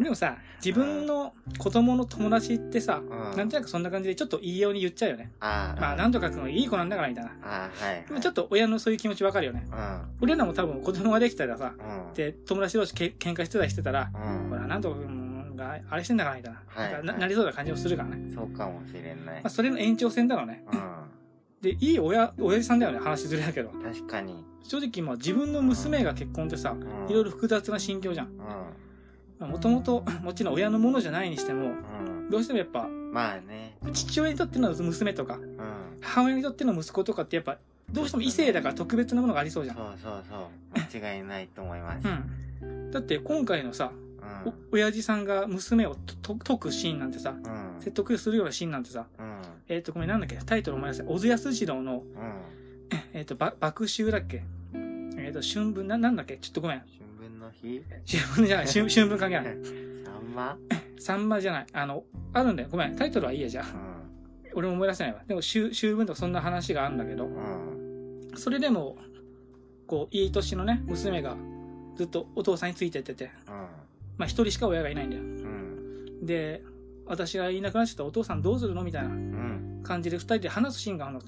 [SPEAKER 2] でもさ自分の子供の友達ってさ
[SPEAKER 1] う
[SPEAKER 2] なんとなくそんな感じでちょっと言いように言っちゃうよね
[SPEAKER 1] ああ、
[SPEAKER 2] まあなんとか君はいい子なんだからみたいな
[SPEAKER 1] ああ、はい。
[SPEAKER 2] でもちょっ
[SPEAKER 1] っ
[SPEAKER 2] と親のそういう気持ちわかるよね
[SPEAKER 1] と、うん。
[SPEAKER 2] 俺らも多分子供ができたらさ
[SPEAKER 1] うん。
[SPEAKER 2] で友達同士け喧嘩してたりしてたら
[SPEAKER 1] うん
[SPEAKER 2] ほら、なんとか君があれしてんだからみたいな,、
[SPEAKER 1] はい
[SPEAKER 2] なんかな
[SPEAKER 1] はい
[SPEAKER 2] なりそうな感じもするからね、
[SPEAKER 1] そうかもしれない
[SPEAKER 2] まあ、。それの延長線だろうね
[SPEAKER 1] う
[SPEAKER 2] でいい親親父さんだよね話ずれだけど
[SPEAKER 1] ん。確かに。
[SPEAKER 2] 正直今自分の娘が結婚ってさ
[SPEAKER 1] うん
[SPEAKER 2] いろいろ複雑な心境じゃん
[SPEAKER 1] う
[SPEAKER 2] もともと もちろん親のものじゃないにしても
[SPEAKER 1] ん。
[SPEAKER 2] どうしてもやっぱ
[SPEAKER 1] うん。まあね。
[SPEAKER 2] 父親にとっての娘とか
[SPEAKER 1] うん。
[SPEAKER 2] 母親にとっての息子とかってやっぱどうしても異性だから特別なものがありそうじゃん
[SPEAKER 1] そうそうそう。間違いないと思います。
[SPEAKER 2] うんだって今回のさ
[SPEAKER 1] うん。
[SPEAKER 2] お親父さんが娘をとと解くシーンなんてさ
[SPEAKER 1] うん。
[SPEAKER 2] 説得するようなシーンなんてさ
[SPEAKER 1] うん。
[SPEAKER 2] えっ、とごめんなんだっけタイトル思い出せ小津安二郎の
[SPEAKER 1] うん。
[SPEAKER 2] えっ、とば爆秋だっけえっ、と春分ななんだっけちょっとごめん
[SPEAKER 1] 春分の日
[SPEAKER 2] 春分じゃない春春分関係ない
[SPEAKER 1] さんま
[SPEAKER 2] サンマじゃない。あの、あるんだよ。ごめん。タイトルはいいや、じゃ
[SPEAKER 1] う
[SPEAKER 2] あ。
[SPEAKER 1] ん。
[SPEAKER 2] 俺も思い出せないわ。でも、週、週分とかそんな話があるんだけど
[SPEAKER 1] う、ん。
[SPEAKER 2] それでも、こう、いい年のね、娘が、ずっとお父さんについてってて、まあ、一人しか親がいないんだよ。
[SPEAKER 1] うん。うん。
[SPEAKER 2] で、私がいなくなっちゃったらお父さんどうするのみたいな
[SPEAKER 1] うん。
[SPEAKER 2] 感じで、二人で話すシーンがあるの。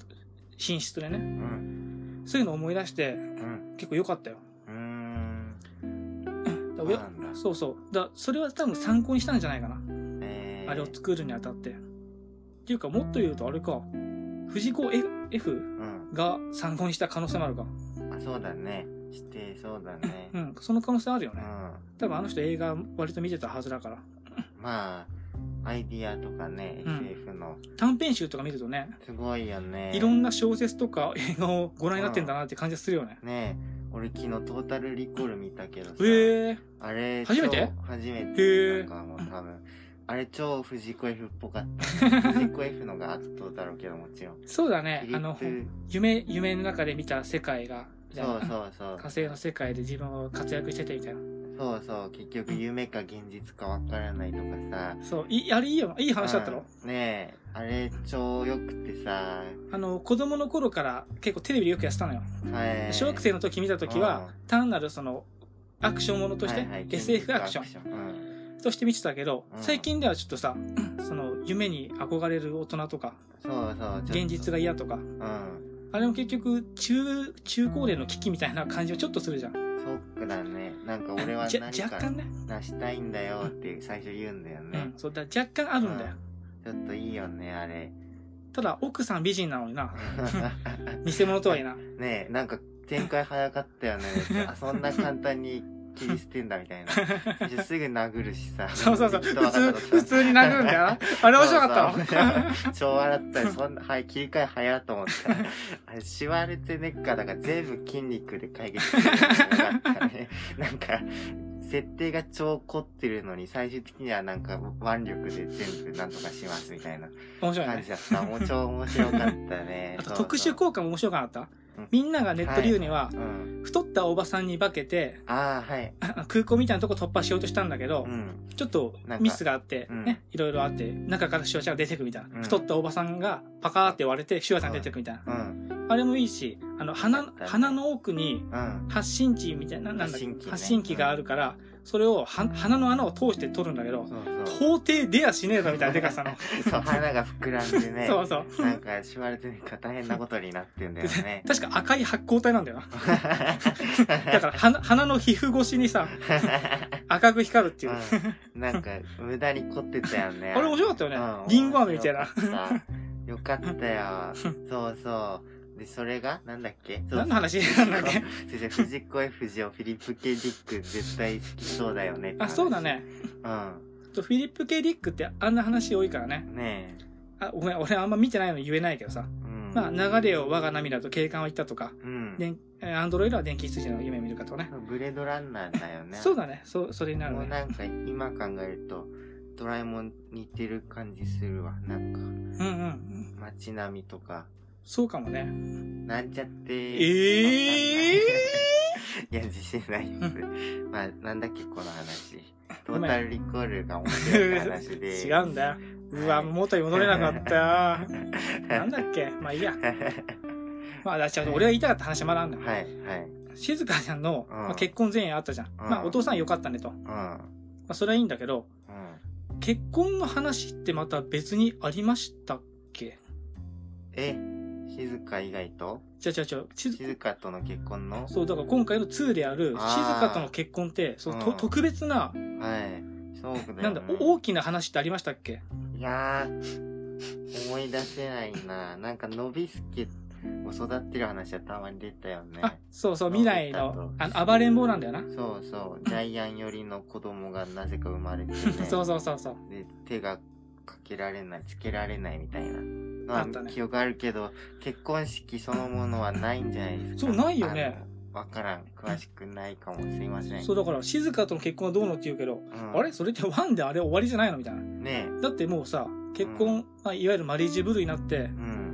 [SPEAKER 2] 寝室でね。
[SPEAKER 1] うん。
[SPEAKER 2] そういうのを思い出して、
[SPEAKER 1] うん。
[SPEAKER 2] 結構良かったよ。
[SPEAKER 1] うん。そ
[SPEAKER 2] だ
[SPEAKER 1] う
[SPEAKER 2] 親
[SPEAKER 1] なんだ
[SPEAKER 2] そうそう。だそれは多分参考にしたんじゃないかな。
[SPEAKER 1] えー
[SPEAKER 2] あれを作るにあたって。っていうか、もっと言うとあれか、藤子 F, F
[SPEAKER 1] うん
[SPEAKER 2] が参考にした可能性もあるか。
[SPEAKER 1] あそうだねしてそうだね
[SPEAKER 2] うん、その可能性あるよ
[SPEAKER 1] う
[SPEAKER 2] ね。
[SPEAKER 1] ん
[SPEAKER 2] 多分あの人映画割と見てたはずだから。
[SPEAKER 1] まあアイディアとかね
[SPEAKER 2] うん
[SPEAKER 1] SF の
[SPEAKER 2] 短編集とか見るとね、
[SPEAKER 1] すごいよね
[SPEAKER 2] いろんな小説とか映画をご覧になってんだなって感じがするよね。
[SPEAKER 1] ね俺昨日トータルリコール見たけどさ
[SPEAKER 2] えー、
[SPEAKER 1] あれ
[SPEAKER 2] 初めて
[SPEAKER 1] 超初め
[SPEAKER 2] へ
[SPEAKER 1] て
[SPEAKER 2] ー
[SPEAKER 1] なんかもう多分あれ超藤子 F っぽかった 藤子 F のが圧倒だろうけどもちろん
[SPEAKER 2] そうだね
[SPEAKER 1] フ。リ
[SPEAKER 2] あ
[SPEAKER 1] ッ
[SPEAKER 2] の、
[SPEAKER 1] プ
[SPEAKER 2] 夢、夢の中で見た世界が、みたい
[SPEAKER 1] そう
[SPEAKER 2] な。
[SPEAKER 1] そうそう
[SPEAKER 2] 火星の世界で自分は活躍しててみたいな。
[SPEAKER 1] そうそう結局夢か現実かわからないとかさ
[SPEAKER 2] そういあれいいよいい話だったろ、
[SPEAKER 1] うんねえあれ超よくてさ
[SPEAKER 2] あの子供の頃から結構テレビでよくやってたのよ、
[SPEAKER 1] はい
[SPEAKER 2] 小学生の時見た時は、
[SPEAKER 1] う
[SPEAKER 2] 単なるそのアクションものとして、
[SPEAKER 1] はいはい
[SPEAKER 2] SF アクション
[SPEAKER 1] ョン、うん、
[SPEAKER 2] として見てたけど、
[SPEAKER 1] うん
[SPEAKER 2] 最近ではちょっとさ その夢に憧れる大人とか
[SPEAKER 1] そうそうちょっと
[SPEAKER 2] 現実が嫌とか
[SPEAKER 1] うん
[SPEAKER 2] あれも結局中中高年の危機みたいな感じをちょっとするじゃん
[SPEAKER 1] ショックだねなんか俺は
[SPEAKER 2] じゃ
[SPEAKER 1] 何
[SPEAKER 2] 若
[SPEAKER 1] か
[SPEAKER 2] 干ね、
[SPEAKER 1] 成したいんだよって最初言うんだよ
[SPEAKER 2] う
[SPEAKER 1] ね
[SPEAKER 2] ん、、そうだ若干あるんだよ、
[SPEAKER 1] うんちょっといいよねあれ
[SPEAKER 2] ただ奥さん美人なのにな偽物とはいえな
[SPEAKER 1] ねえなんか展開早かったよねあそんな簡単に切り捨てんだみたいなすぐ殴るしさ
[SPEAKER 2] そ うそうそう。
[SPEAKER 1] きっと
[SPEAKER 2] 普
[SPEAKER 1] 分か
[SPEAKER 2] 通、
[SPEAKER 1] った
[SPEAKER 2] 普通に殴るんだよな。あれ面白か
[SPEAKER 1] そう
[SPEAKER 2] っ
[SPEAKER 1] そ
[SPEAKER 2] たの
[SPEAKER 1] う 超笑ったよそんな、はい、切り替え早いと思って。あれ、シュワルツェネッカーだから全部筋肉で解決するのが良かったね。なんか、設定が超凝ってるのに、最終的にはなんか腕力で全部なんとかしますみたいな
[SPEAKER 2] 面白い
[SPEAKER 1] 感
[SPEAKER 2] ね
[SPEAKER 1] じ。だった。もう超面白かったね。
[SPEAKER 2] あと
[SPEAKER 1] そう
[SPEAKER 2] 特殊効果も面白くなかった
[SPEAKER 1] うん
[SPEAKER 2] みんながネットで言うには、
[SPEAKER 1] うん。
[SPEAKER 2] 太ったおばさんに化けて、
[SPEAKER 1] ああ、はい。
[SPEAKER 2] あ空港みたいなとこ突破しようとしたんだけど、
[SPEAKER 1] うん。
[SPEAKER 2] ちょっとミスがあって、
[SPEAKER 1] なんか
[SPEAKER 2] ね、いろいろあって、中からシュワちゃんが出てくるみたいな。
[SPEAKER 1] うん
[SPEAKER 2] 太ったおばさんがパカーって割れて、シュワちゃん出てくるみたいな。
[SPEAKER 1] うん。
[SPEAKER 2] あれもいいし、あの、鼻
[SPEAKER 1] だっ
[SPEAKER 2] の、
[SPEAKER 1] たね
[SPEAKER 2] 鼻の奥に
[SPEAKER 1] うん。
[SPEAKER 2] 発信器みたいな、なん
[SPEAKER 1] 発
[SPEAKER 2] だ
[SPEAKER 1] 信器ね
[SPEAKER 2] 発信器があるから、それをは鼻の穴を通して取るんだけど、
[SPEAKER 1] そうそう。
[SPEAKER 2] 到底出やしねえぞみたいなで かさの。
[SPEAKER 1] そう、花が膨らんでね。
[SPEAKER 2] そうそう。。
[SPEAKER 1] なんか、シュワルツェネッカー大変なことになってんだよね
[SPEAKER 2] 確か赤い発光体なんだよな。だ
[SPEAKER 1] だ
[SPEAKER 2] から鼻鼻の皮膚越しにさ、赤く光るっていう。
[SPEAKER 1] うん、なんか無駄に凝ってたよ ね
[SPEAKER 2] あれ面白かったよねリンゴ飴みたいな
[SPEAKER 1] よかったよそうそうでそれがなんだっけそう
[SPEAKER 2] 何の話 なんだっけ
[SPEAKER 1] そうそう藤子 F 不二雄フィリップ・ケディック絶対好きそうだよねって
[SPEAKER 2] あ、
[SPEAKER 1] 話
[SPEAKER 2] そうだね。
[SPEAKER 1] うん
[SPEAKER 2] フィリップ・ケディックってあんな話多いからね。
[SPEAKER 1] ねえ
[SPEAKER 2] あ、ごめん、俺あんま見てないの言えないけどさ。
[SPEAKER 1] うん
[SPEAKER 2] まあ、流れを我が涙と警官は言ったとか、
[SPEAKER 1] うん
[SPEAKER 2] でんえーアンドロイドは電気羊の夢見るかとかね。
[SPEAKER 1] ブレードランナーだよね
[SPEAKER 2] そうだね。そう、それになる
[SPEAKER 1] もう
[SPEAKER 2] ね。
[SPEAKER 1] なんか今考えるとドラえもん似てる感じするわなんか
[SPEAKER 2] うんうん。
[SPEAKER 1] 街並みとか
[SPEAKER 2] そうかもね。
[SPEAKER 1] なんちゃって
[SPEAKER 2] ええ
[SPEAKER 1] いや、自信ないです。 まあ、なんだっけ、この話。ト
[SPEAKER 2] ごめん
[SPEAKER 1] ータルリコールが面白い話で。
[SPEAKER 2] 違う んだよ。うわ、もう元に戻れなかった。なんだっけまあいいや。まあ、だから俺が言いたかった話はまだあんだよ。
[SPEAKER 1] はい、はい。
[SPEAKER 2] 静香ちゃんの、
[SPEAKER 1] うん
[SPEAKER 2] まあ、結婚前夜あったじゃん。まあ、お父さん良かったねと。ま
[SPEAKER 1] うん。
[SPEAKER 2] あ、それはいいんだけど、
[SPEAKER 1] うん。
[SPEAKER 2] 結婚の話ってまた別にありましたっけ
[SPEAKER 1] え、静香以外と
[SPEAKER 2] じゃじゃじゃ、静
[SPEAKER 1] 静香との結婚の
[SPEAKER 2] そう、だから今回の2である、静
[SPEAKER 1] あー
[SPEAKER 2] 香との結婚って、そう、と
[SPEAKER 1] うん
[SPEAKER 2] 特別
[SPEAKER 1] は
[SPEAKER 2] な、
[SPEAKER 1] い。そうだよ、ね。
[SPEAKER 2] なんだ、お大きな話ってありましたっけ
[SPEAKER 1] いやー、思い出せないな。なんか、ノビスケを育てる話はたまに出たよね。
[SPEAKER 2] あ、そうそう、未来の
[SPEAKER 1] そう、
[SPEAKER 2] あの、暴れん坊なんだよな。
[SPEAKER 1] そうそう、ジャイアン寄りの子供がなぜか生まれてね。
[SPEAKER 2] そうそうそうそう。
[SPEAKER 1] で手がかけられないつけられないみたいなの
[SPEAKER 2] あった
[SPEAKER 1] は
[SPEAKER 2] ね
[SPEAKER 1] 記憶あるけど、結婚式そのものはないんじゃないですか
[SPEAKER 2] そうないよね
[SPEAKER 1] あのわからん詳しくないかもすいません
[SPEAKER 2] そう、だから、静香との結婚はどうのって言うけど、
[SPEAKER 1] うん
[SPEAKER 2] あれそれって1であれ終わりじゃないのみたいな。
[SPEAKER 1] ね
[SPEAKER 2] だってもうさ、結婚、まあ、いわゆるマリージブルになって
[SPEAKER 1] えう、ん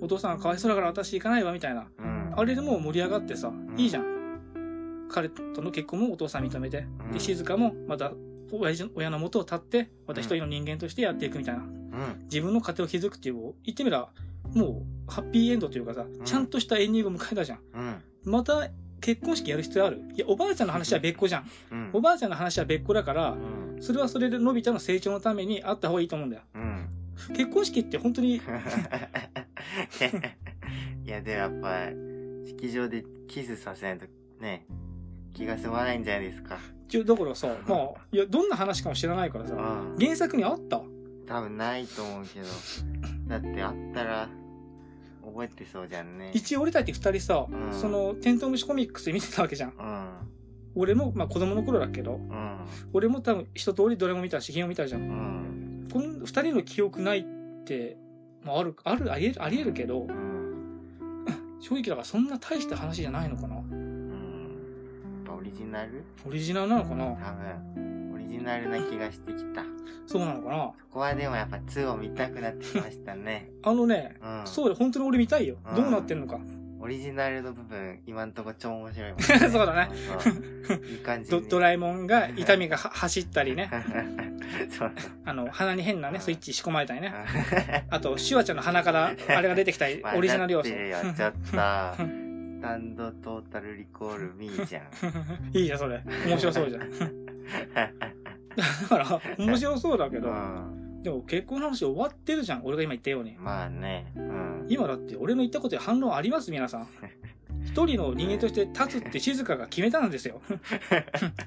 [SPEAKER 2] お父さんがかわいそうだから私行かないわ、みたいな。
[SPEAKER 1] うん
[SPEAKER 2] あれでもう盛り上がってさ、
[SPEAKER 1] ん
[SPEAKER 2] いいじゃん。彼との結婚もお父さん認めて、
[SPEAKER 1] う
[SPEAKER 2] で、
[SPEAKER 1] ん
[SPEAKER 2] 静香もまた親父の親の元を立って、また一人の人間としてやっていくみたいな。
[SPEAKER 1] うん
[SPEAKER 2] 自分の家庭を築くっていう、言ってみれば、もう、ハッピーエンドというかさ、ちゃんとしたエンディングを迎えたじゃん。
[SPEAKER 1] うん
[SPEAKER 2] また、結婚式やる必要あるいや、おばあちゃんの話は別個じゃん。
[SPEAKER 1] うん
[SPEAKER 2] おばあちゃんの話は別個だから
[SPEAKER 1] う、ん
[SPEAKER 2] それはそれでのび太の成長のためにあった方がいいと思うんだよ。
[SPEAKER 1] うん
[SPEAKER 2] 結婚式って本当に、
[SPEAKER 1] いやでもやっぱ式場でキスさせないとね気が済まないんじゃないですか
[SPEAKER 2] ちょだからさ、まあ、いや、どんな話かも知らないから
[SPEAKER 1] う
[SPEAKER 2] さ、
[SPEAKER 1] ん
[SPEAKER 2] 原作にあった
[SPEAKER 1] 多分ないと思うけどだってあったら覚えてそうじゃんね
[SPEAKER 2] 一応俺たち二人さ、
[SPEAKER 1] うん
[SPEAKER 2] その、テントウムシコミックス見てたわけじゃん。
[SPEAKER 1] うん
[SPEAKER 2] 俺も、まあ子供の頃だけど、
[SPEAKER 1] うん
[SPEAKER 2] 俺も多分一通りどれも見たし、品を見たじゃん。
[SPEAKER 1] うん
[SPEAKER 2] この二人の記憶ないって、まあある、ある、ありえる、ありえるけど
[SPEAKER 1] う、ん
[SPEAKER 2] 正直だからそんな大した話じゃないのかな
[SPEAKER 1] うんやっぱオリジナル
[SPEAKER 2] オリジナルなのかな
[SPEAKER 1] 多分オリジナルな気がしてきた
[SPEAKER 2] そうなのかな
[SPEAKER 1] そこはでもやっぱ2を見たくなってきましたね
[SPEAKER 2] あのね、
[SPEAKER 1] うん
[SPEAKER 2] そうだよ、本当に俺見たいよ
[SPEAKER 1] う。ん
[SPEAKER 2] どうなってんのか。
[SPEAKER 1] オリジナルの部分、今んとこ超面白いもん
[SPEAKER 2] そうだね
[SPEAKER 1] そうそういい感じ
[SPEAKER 2] ド
[SPEAKER 1] に。。
[SPEAKER 2] ドラえもんが痛みがは走ったりね
[SPEAKER 1] そうそう。
[SPEAKER 2] あの、鼻に変なね、スイッチ仕込まれたりね。
[SPEAKER 1] あ、
[SPEAKER 2] あと、シュワちゃんの鼻からあれが出てきた り
[SPEAKER 1] まあ
[SPEAKER 2] オリジナル要素
[SPEAKER 1] だっ。てやっちゃった。スタンドトータルリコールミーじゃん。
[SPEAKER 2] いいじゃん、それ。面白そうじゃん。だから、面白そうだけ
[SPEAKER 1] う
[SPEAKER 2] ど、
[SPEAKER 1] ん。
[SPEAKER 2] でも結婚の話終わってるじゃん、俺が今言ったように。
[SPEAKER 1] まあね。うん。
[SPEAKER 2] 今だって俺の言ったことに反論あります 皆さん一人の人間として立つって静香が決めたんです よ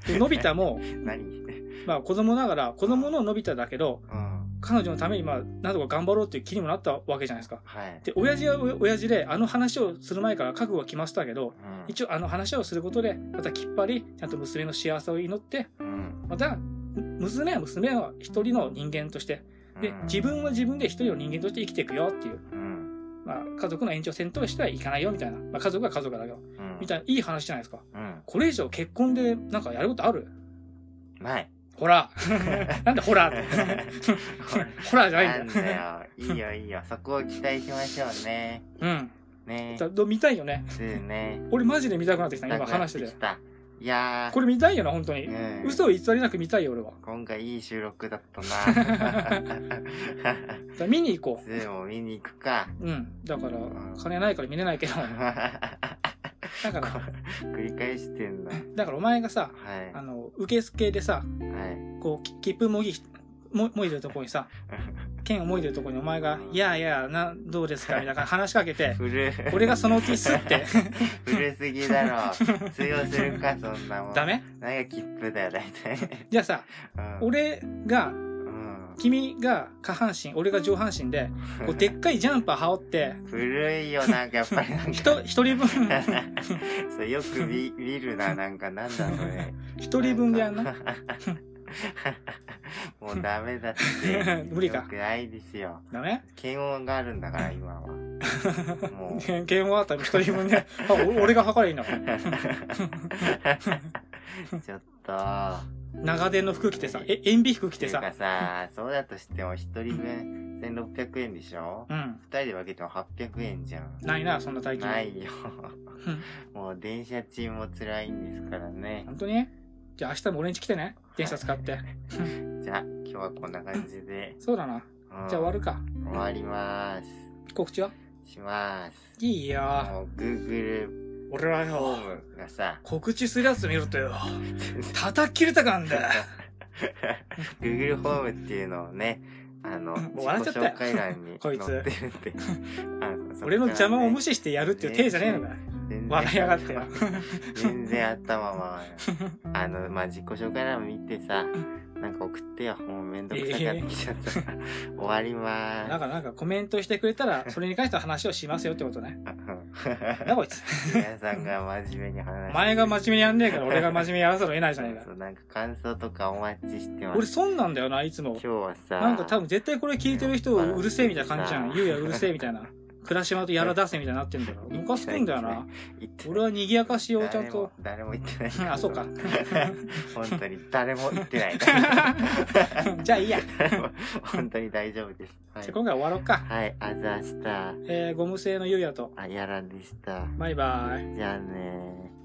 [SPEAKER 2] でのび太も、
[SPEAKER 1] 何うん。
[SPEAKER 2] まあ、子供ながら子供ののび太だけど彼女のためにまあ何とか頑張ろうっていう気にもなったわけじゃないですか
[SPEAKER 1] はい。
[SPEAKER 2] で親父はお親父であの話をする前から覚悟は決まってたけど
[SPEAKER 1] うん
[SPEAKER 2] 一応あの話をすることでまたきっぱりちゃんと娘の幸せを祈って
[SPEAKER 1] うん。
[SPEAKER 2] また娘は娘は一人の人間としてで
[SPEAKER 1] うん
[SPEAKER 2] 自。分は自分で一人の人間として生きていくよっていう
[SPEAKER 1] うん。
[SPEAKER 2] まあ、家族の延長線としてはいかないよみたいな、まあ、家族は家族だけど
[SPEAKER 1] うん
[SPEAKER 2] みたいないい話じゃないですか
[SPEAKER 1] うん。
[SPEAKER 2] これ以上結婚でなんかやることある
[SPEAKER 1] ない。
[SPEAKER 2] ほら なんでほらって ほらじゃ な
[SPEAKER 1] ないん
[SPEAKER 2] んだ
[SPEAKER 1] だ
[SPEAKER 2] よ、
[SPEAKER 1] よ。いいよ、いい よ。そこを期待しましょうね。
[SPEAKER 2] うん、
[SPEAKER 1] ね
[SPEAKER 2] だど見たいよね
[SPEAKER 1] 普通ね。
[SPEAKER 2] 俺マジで見たくなってきた今話して
[SPEAKER 1] なくな
[SPEAKER 2] て
[SPEAKER 1] きた。いやー。
[SPEAKER 2] これ見たいよな本当に、
[SPEAKER 1] うん
[SPEAKER 2] 嘘を偽りなく見たいよ俺は
[SPEAKER 1] 今回いい収録だったな。
[SPEAKER 2] だから見に行こ
[SPEAKER 1] ズームを見に行くか。
[SPEAKER 2] ううんだから金ないから見れないけど だから
[SPEAKER 1] 繰り返してんだ。は
[SPEAKER 2] だからお前がさ
[SPEAKER 1] い。
[SPEAKER 2] あの受付でさ
[SPEAKER 1] はい。
[SPEAKER 2] こうき切符もぎももいでるとこにさ剣をもいでるとこにお前が「いやいやなどうですか?」みたいな話しかけて
[SPEAKER 1] 古い。
[SPEAKER 2] 俺がそのうちスって。
[SPEAKER 1] 古すぎだろ。通用するか、そんなもん。
[SPEAKER 2] ダメ
[SPEAKER 1] なんか切符だよ、大体。
[SPEAKER 2] じゃあさ
[SPEAKER 1] うん、
[SPEAKER 2] 俺が
[SPEAKER 1] うん。
[SPEAKER 2] 君が下半身俺が上半身でこうでっかいジャンパー羽織って
[SPEAKER 1] 古いよ、なんかやっぱりなんか。
[SPEAKER 2] 一一人分
[SPEAKER 1] そうよく見見るな、なんか、なんだそれ。
[SPEAKER 2] 一人分ぐらいの
[SPEAKER 1] ん
[SPEAKER 2] な
[SPEAKER 1] か。 もうダメだって。
[SPEAKER 2] 無理か
[SPEAKER 1] よくないですよ。
[SPEAKER 2] ダメ
[SPEAKER 1] 検温があるんだから、今 は。もう
[SPEAKER 2] ゲーム終わったら一人分であお俺が測れいいの
[SPEAKER 1] ちょっと。
[SPEAKER 2] 長電の服着てさえ塩ビ服着て
[SPEAKER 1] ってい
[SPEAKER 2] さ
[SPEAKER 1] うかさ、そうだとしても、一人分1600円でしょ
[SPEAKER 2] うん
[SPEAKER 1] 二人で分けても800円じゃん。
[SPEAKER 2] ないなそんな大金
[SPEAKER 1] ない よ。
[SPEAKER 2] うん
[SPEAKER 1] もう電車賃も辛いんですからね。
[SPEAKER 2] 本当にじゃあ明日も俺ん家来てね電車使って
[SPEAKER 1] じゃあ、今日はこんな感じで。
[SPEAKER 2] そうだな
[SPEAKER 1] うん
[SPEAKER 2] じゃあ終わるか
[SPEAKER 1] 終わります。
[SPEAKER 2] 告知は
[SPEAKER 1] します。
[SPEAKER 2] いいよ
[SPEAKER 1] もう Google
[SPEAKER 2] 俺
[SPEAKER 1] ホ
[SPEAKER 2] はよ
[SPEAKER 1] ームがさ、
[SPEAKER 2] 告知するやつ見るとよ叩き切れたかんだ
[SPEAKER 1] Google ホームっていうのをね、あの、
[SPEAKER 2] もう笑っちゃ
[SPEAKER 1] 自
[SPEAKER 2] っ
[SPEAKER 1] 己
[SPEAKER 2] た
[SPEAKER 1] 紹
[SPEAKER 2] よ
[SPEAKER 1] 介欄に
[SPEAKER 2] こ
[SPEAKER 1] 載
[SPEAKER 2] い
[SPEAKER 1] っ
[SPEAKER 2] つ
[SPEAKER 1] てるんで。あの
[SPEAKER 2] 俺の邪魔を無
[SPEAKER 1] 視
[SPEAKER 2] 視してやるっていう体じゃねえのかよ笑いやがってよ
[SPEAKER 1] 全然頭回らな い。あの、まあ、自己紹介欄見てさ、なんか送ってよ。もうめんどくさくなってきちゃった。 終わりま
[SPEAKER 2] なんか、なんかコメントしてくれたら、それに関しては話をしますよってことね。
[SPEAKER 1] ー
[SPEAKER 2] な、
[SPEAKER 1] す。
[SPEAKER 2] こいつ。
[SPEAKER 1] 皆さんが真面目に話して。
[SPEAKER 2] 前が真面目にやんねえから、俺が真面目にやらざるを得ないじゃねえ
[SPEAKER 1] そう
[SPEAKER 2] か
[SPEAKER 1] そ。うなんか感想とかお待ちしてます。
[SPEAKER 2] 俺、損なんだよな、いつも
[SPEAKER 1] 今。日はさ、
[SPEAKER 2] なんか多分絶対これ聞いてる人、うるせえみたいな感じじゃん。ゆうやうるせえみたいな。倉島とやら出せみたいになってんだから。 ムカつくんだよな。
[SPEAKER 1] 言ってない、
[SPEAKER 2] 俺は賑やかしをちゃんと。
[SPEAKER 1] 誰も誰も言ってないけど。
[SPEAKER 2] あ、そう か。
[SPEAKER 1] 本当に誰も言って ない。
[SPEAKER 2] じゃあいいや。じ
[SPEAKER 1] 誰も本当に大丈夫です。は
[SPEAKER 2] ゃ
[SPEAKER 1] い
[SPEAKER 2] あ。今回終わろうか。
[SPEAKER 1] はい、あざした。
[SPEAKER 2] えー、ゴム製のゆうやと。
[SPEAKER 1] あやらでした。
[SPEAKER 2] バイバイ。
[SPEAKER 1] じゃあねー。